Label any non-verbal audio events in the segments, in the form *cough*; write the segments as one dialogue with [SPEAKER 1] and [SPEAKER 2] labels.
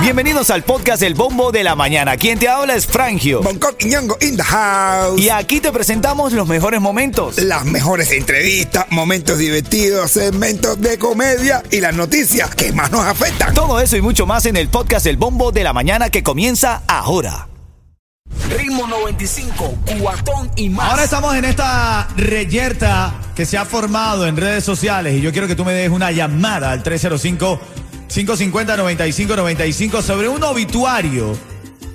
[SPEAKER 1] Bienvenidos al podcast El Bombo de la Mañana. Quien te habla es Frangio.
[SPEAKER 2] Bangkok y Ñongo in the house.
[SPEAKER 1] Y aquí te presentamos los mejores momentos.
[SPEAKER 2] Las mejores entrevistas, momentos divertidos, segmentos de comedia y las noticias que más nos afectan.
[SPEAKER 1] Todo eso y mucho más en el podcast El Bombo de la Mañana que comienza ahora.
[SPEAKER 3] Ritmo 95, Cubatón y más.
[SPEAKER 4] Ahora estamos en esta reyerta que se ha formado en redes sociales y yo quiero que tú me des una llamada al 305 550 9595 sobre un obituario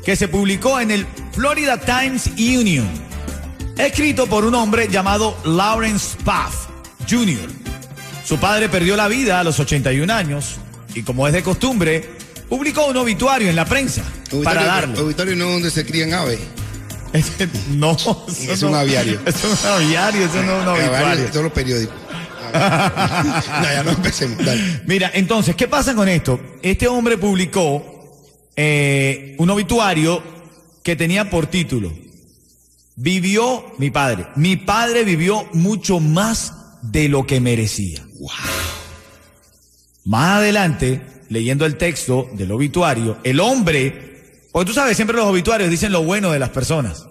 [SPEAKER 4] que se publicó en el Florida Times Union, escrito por un hombre llamado Lawrence Paff Jr. Su padre perdió la vida a los 81 años y como es de costumbre, publicó un obituario en la prensa para darlo.
[SPEAKER 5] Obituario no es donde se crían aves.
[SPEAKER 4] Este, *laughs* no, eso
[SPEAKER 5] Es
[SPEAKER 4] no-
[SPEAKER 5] un aviario.
[SPEAKER 4] *laughs* Es un aviario, eso no es un
[SPEAKER 5] *laughs* Aviario
[SPEAKER 4] obituario. *laughs*
[SPEAKER 5] de todos
[SPEAKER 1] *laughs*
[SPEAKER 5] los periódicos. no, ya no empecemos. Dale.
[SPEAKER 4] Mira, entonces, ¿qué pasa con esto? Este hombre publicó eh, un obituario que tenía por título, vivió mi padre, mi padre vivió mucho más de lo que merecía. Más adelante, leyendo el texto del obituario, el hombre, porque tú sabes, siempre los obituarios dicen lo bueno de las personas.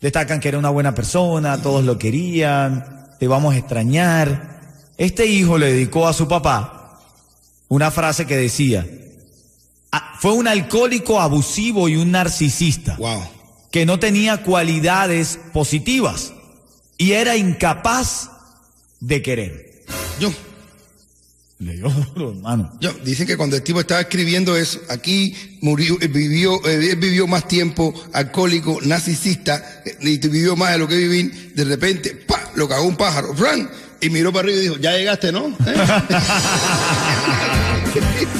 [SPEAKER 4] Destacan que era una buena persona, todos lo querían, te vamos a extrañar. Este hijo le dedicó a su papá una frase que decía, "Ah, fue un alcohólico abusivo y un narcisista
[SPEAKER 5] Wow.
[SPEAKER 4] que no tenía cualidades positivas y era incapaz de querer.
[SPEAKER 5] Yo,
[SPEAKER 4] Le digo, hermano.
[SPEAKER 5] yo, dicen que cuando el tipo estaba escribiendo eso, aquí murió, eh, vivió, eh, él vivió más tiempo alcohólico, narcisista, eh, y vivió más de lo que viví. De repente, pa, lo cagó un pájaro, ¡fran! Y miró para arriba y dijo, ya llegaste, ¿no? ¿Eh?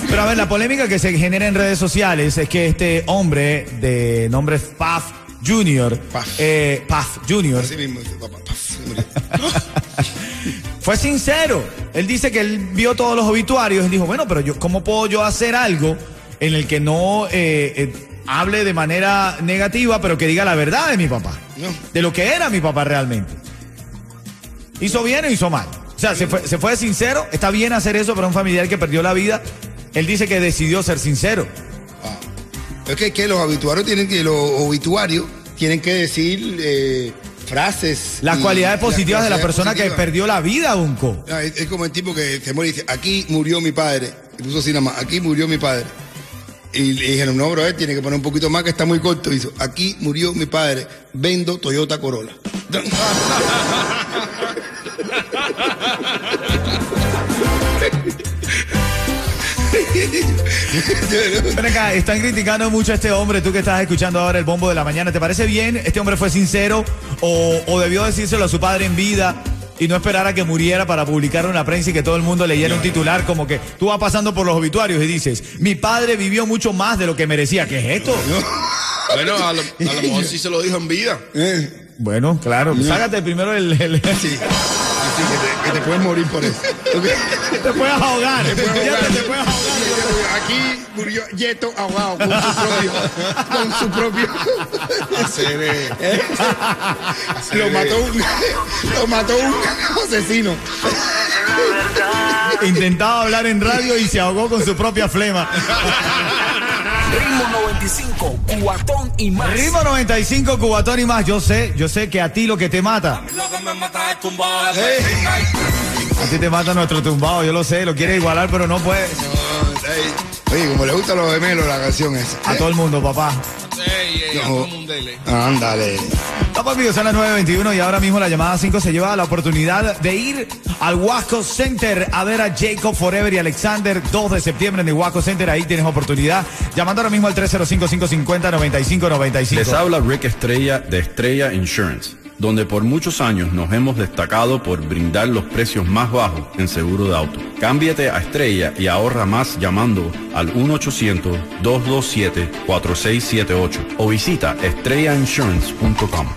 [SPEAKER 4] Pero a ver, la polémica que se genera en redes sociales es que este hombre de nombre Paf Jr.,
[SPEAKER 5] Paf.
[SPEAKER 4] eh, Paf Jr.,
[SPEAKER 5] Así mismo, dice, pa, pa, pa, se murió.
[SPEAKER 4] fue sincero. Él dice que él vio todos los obituarios. Él dijo, bueno, pero yo, ¿cómo puedo yo hacer algo en el que no eh, eh, hable de manera negativa, pero que diga la verdad de mi papá?
[SPEAKER 5] No.
[SPEAKER 4] De lo que era mi papá realmente. ¿Hizo bien o hizo mal? O sea, se fue, se fue sincero. Está bien hacer eso para un familiar que perdió la vida. Él dice que decidió ser sincero.
[SPEAKER 5] Es que, que los obituarios tienen que, los obituarios tienen que decir eh, frases.
[SPEAKER 4] Las
[SPEAKER 5] y-
[SPEAKER 4] cualidades positivas de la
[SPEAKER 5] cualidades
[SPEAKER 4] persona que
[SPEAKER 5] positivas.
[SPEAKER 4] perdió la vida, Unco.
[SPEAKER 5] Ah, es, es como el tipo que se muere y dice, aquí murió mi padre. Y puso así nada más, aquí murió mi padre. Y le dijeron, no, bro, eh, tiene que poner un poquito más que está muy corto. Y hizo, aquí murió mi padre, vendo Toyota Corolla.
[SPEAKER 4] Ven acá, están criticando mucho a este hombre, tú que estás escuchando ahora el bombo de la mañana. ¿Te parece bien? ¿Este hombre fue sincero o, o debió decírselo a su padre en vida y no esperar a que muriera para publicarlo en la prensa y que todo el mundo leyera un titular como que tú vas pasando por los obituarios y dices, mi padre vivió mucho más de lo que merecía. ¿Qué es esto?
[SPEAKER 6] Bueno, a lo, a lo
[SPEAKER 5] *laughs*
[SPEAKER 6] mejor sí se lo dijo en vida.
[SPEAKER 5] Eh,
[SPEAKER 4] Bueno, claro. Sácate primero el... el- *laughs*
[SPEAKER 5] sí. Así que te, que te puedes morir por
[SPEAKER 6] *laughs*
[SPEAKER 5] eso.
[SPEAKER 4] te puedes ahogar. Te
[SPEAKER 5] puedes ahogar.
[SPEAKER 4] Te puedes ahogar.
[SPEAKER 5] Aquí murió Yeto ahogado con su propio. Con su propio. *laughs* Lo mató un. Lo mató un asesino.
[SPEAKER 4] Intentaba hablar en radio y se ahogó con su propia flema.
[SPEAKER 3] Ritmo 95, Cubatón y más.
[SPEAKER 4] Ritmo 95, Cubatón y más. Yo sé, yo sé que a ti lo que te mata. A ti te mata nuestro tumbado, yo lo sé, lo quieres igualar, pero no puedes.
[SPEAKER 5] Oye, como le gusta a los gemelos la canción esa.
[SPEAKER 4] A todo el mundo, papá.
[SPEAKER 5] No. Ándale.
[SPEAKER 4] Está conmigo, son las 9.21 y ahora mismo la llamada 5 se lleva a la oportunidad de ir al Huasco Center a ver a Jacob Forever y Alexander 2 de septiembre en el Huasco Center. Ahí tienes oportunidad. Llamando ahora mismo al 305-550-9595.
[SPEAKER 7] Les habla Rick Estrella de Estrella Insurance, donde por muchos años nos hemos destacado por brindar los precios más bajos en seguro de auto. Cámbiate a Estrella y ahorra más llamando al 1-800-227-4678 o visita estrellainsurance.com.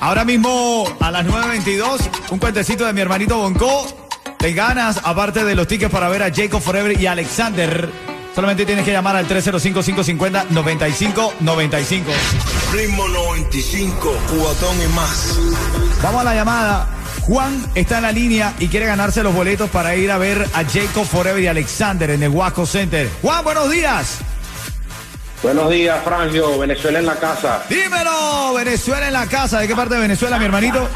[SPEAKER 4] Ahora mismo a las 9.22, un cuentecito de mi hermanito Bonco. Te ganas, aparte de los tickets para ver a Jacob Forever y Alexander. Solamente tienes que llamar al 305-550-9595.
[SPEAKER 6] Ritmo 95, Cubatón y más.
[SPEAKER 4] Vamos a la llamada. Juan está en la línea y quiere ganarse los boletos para ir a ver a Jacob Forever y Alexander en el Huasco Center. Juan, buenos días.
[SPEAKER 8] Buenos días, Frangio. Venezuela en la casa.
[SPEAKER 4] Dímelo, Venezuela en la casa. ¿De qué parte de Venezuela, mi hermanito?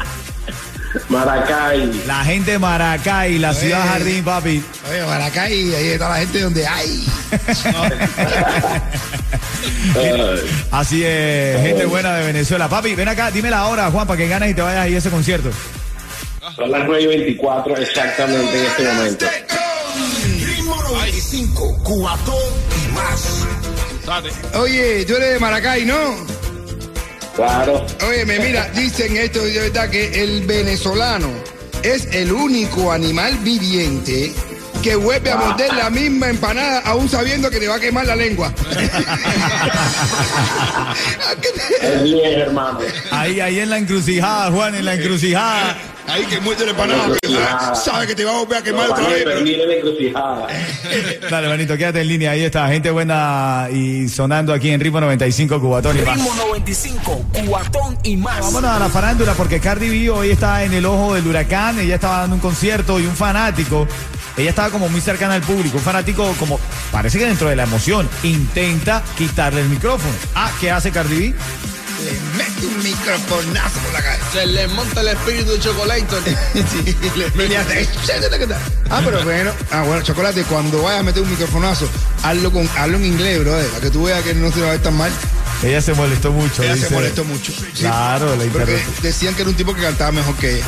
[SPEAKER 8] Maracay.
[SPEAKER 4] La gente de Maracay, la ciudad
[SPEAKER 2] Ey.
[SPEAKER 4] jardín, papi.
[SPEAKER 2] Oye, para acá y ahí está la gente donde hay.
[SPEAKER 8] Ay,
[SPEAKER 4] Así es, gente buena de Venezuela. Papi, ven acá, dime la hora, Juan, para que ganes y te vayas ahí a ese concierto.
[SPEAKER 8] son las 9 y 24 exactamente en este momento.
[SPEAKER 3] Ritmo 95, cuatón y más.
[SPEAKER 6] Date.
[SPEAKER 5] Oye, tú eres de Maracay, ¿no?
[SPEAKER 8] Claro.
[SPEAKER 5] Oye, me mira, dicen esto de verdad que el venezolano es el único animal viviente que vuelve a morder la misma empanada aún sabiendo que te va a quemar la lengua.
[SPEAKER 8] Es bien, hermano.
[SPEAKER 4] Ahí, ahí en la encrucijada, Juan, en la encrucijada.
[SPEAKER 5] Ahí que muerde la empanada,
[SPEAKER 8] pero, ah,
[SPEAKER 5] sabe que te va a volver a
[SPEAKER 8] Los panes perdidos en la encrucijada.
[SPEAKER 4] Dale, manito, quédate en línea. Ahí está, gente buena y sonando aquí en Ritmo 95, Cubatón y más.
[SPEAKER 3] Ritmo 95, cuatón y más.
[SPEAKER 4] Vámonos a la farándula porque Cardi B hoy está en el ojo del huracán. Ella estaba dando un concierto y un fanático. Ella estaba como muy cercana al público. Un fanático como, parece que dentro de la emoción, intenta quitarle el micrófono. Ah, ¿qué hace Cardi B?
[SPEAKER 2] Le mete un microfonazo por la cabeza.
[SPEAKER 6] Se le monta el espíritu de chocolate.
[SPEAKER 5] *laughs* Sí, le- me- le hace- Ah, pero bueno, ah, bueno, chocolate, cuando vayas a meter un microfonazo, hazlo, con, hazlo en inglés, brother, para que tú veas que no se va a ver tan mal.
[SPEAKER 4] Ella se molestó mucho.
[SPEAKER 5] Ella se
[SPEAKER 4] dice.
[SPEAKER 5] molestó mucho. Sí.
[SPEAKER 4] Claro, la
[SPEAKER 5] Pero que
[SPEAKER 4] interrumpió.
[SPEAKER 5] decían que era un tipo que cantaba mejor que ella.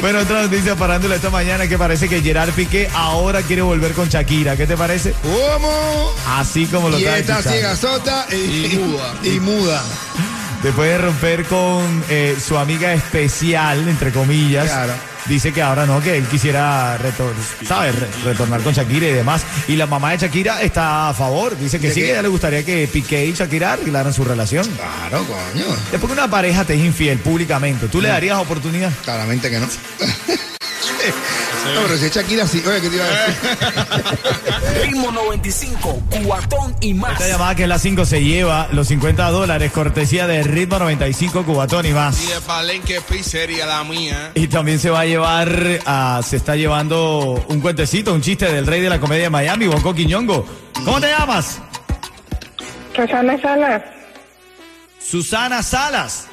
[SPEAKER 4] Bueno, otra noticia farándula esta mañana que parece que Gerard Piqué ahora quiere volver con Shakira. ¿Qué te parece?
[SPEAKER 5] ¿Cómo?
[SPEAKER 4] Así como lo
[SPEAKER 5] Y
[SPEAKER 4] está
[SPEAKER 5] esta ciega sota y,
[SPEAKER 6] Y muda.
[SPEAKER 5] y muda.
[SPEAKER 4] Después de romper con eh, su amiga especial, entre comillas.
[SPEAKER 5] Claro.
[SPEAKER 4] Dice que ahora no, que él quisiera retor- ¿sabes? Re- retornar con Shakira y demás. Y la mamá de Shakira está a favor. Dice que
[SPEAKER 5] ¿De
[SPEAKER 4] sí,
[SPEAKER 5] qué?
[SPEAKER 4] que a ella le gustaría que Piqué y Shakira arreglaran su relación.
[SPEAKER 5] Claro, coño.
[SPEAKER 4] Después que una pareja te es infiel públicamente, ¿tú le
[SPEAKER 5] Mm.
[SPEAKER 4] darías oportunidad?
[SPEAKER 5] Claramente que no. No, pero si es Shakira sí. Oye, ¿qué te iba a decir?
[SPEAKER 3] Ritmo 95, cuatón y más.
[SPEAKER 4] Esta llamada que es la 5 se lleva los 50 dólares, cortesía de Ritmo 95 Cubatón y
[SPEAKER 6] Y
[SPEAKER 4] más.
[SPEAKER 6] de Palenque sería la mía.
[SPEAKER 4] Y también se va a llevar, a- se está llevando un cuentecito, un chiste del rey de la comedia de Miami, Bonco Quiñongo. ¿Cómo te llamas?
[SPEAKER 9] Rosana Salas.
[SPEAKER 4] Susana Salas.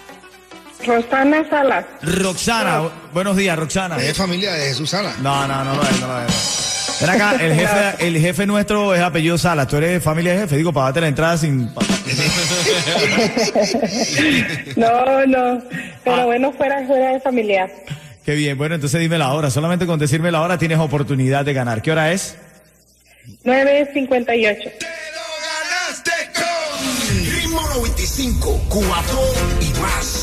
[SPEAKER 9] Rosana Salas.
[SPEAKER 4] Roxana. Buenos días, Roxana.
[SPEAKER 5] Es familia de Jesús Sala.
[SPEAKER 4] No, no, no lo es, no lo es. Ven acá, el jefe, el jefe nuestro es apellido Salas. Tú eres familia de jefe. Digo, pagate la entrada sin.
[SPEAKER 9] No, no. Pero
[SPEAKER 4] Ah.
[SPEAKER 9] bueno, fuera, fuera de familiar.
[SPEAKER 4] Qué bien. Bueno, entonces dime la hora. Solamente con decirme la hora tienes oportunidad de ganar. ¿Qué hora es?
[SPEAKER 9] 958.
[SPEAKER 3] Ritmo 95, cuatón y más.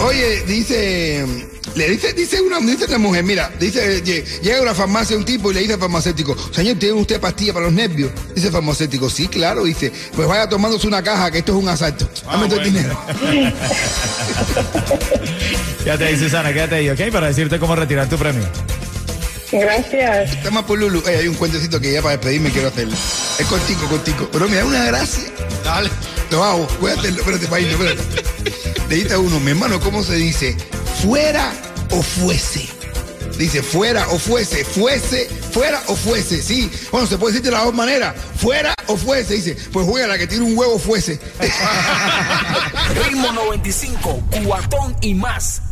[SPEAKER 5] Oye, dice. Le dice, dice una, dice una mujer, mira, dice, lle- llega a una farmacia un tipo y le dice al farmacéutico, señor, ¿tiene usted pastilla para los nervios? Dice el farmacéutico, sí, claro, dice, pues vaya tomándose una caja, que esto es un asalto. Dame todo el dinero.
[SPEAKER 4] Quédate ahí, Susana, quédate ahí, ¿ok? Para decirte cómo retirar tu premio.
[SPEAKER 9] Gracias.
[SPEAKER 5] Está más por Lulu. Ey, hay un cuentecito que ya para despedirme quiero hacerlo. Es cortico, cortico. Pero me da una gracia. Dale. Lo hago. Voy a hacerlo. Espérate, para irme, espérate. Le dice a uno, mi hermano, ¿cómo se dice? Fuera o fuese. Dice, fuera o fuese, fuese, fuera o fuese, sí. Bueno, se puede decir de las dos maneras, fuera o fuese, dice, pues juega la que tiene un huevo fuese.
[SPEAKER 3] Ritmo 95, cuatón y más.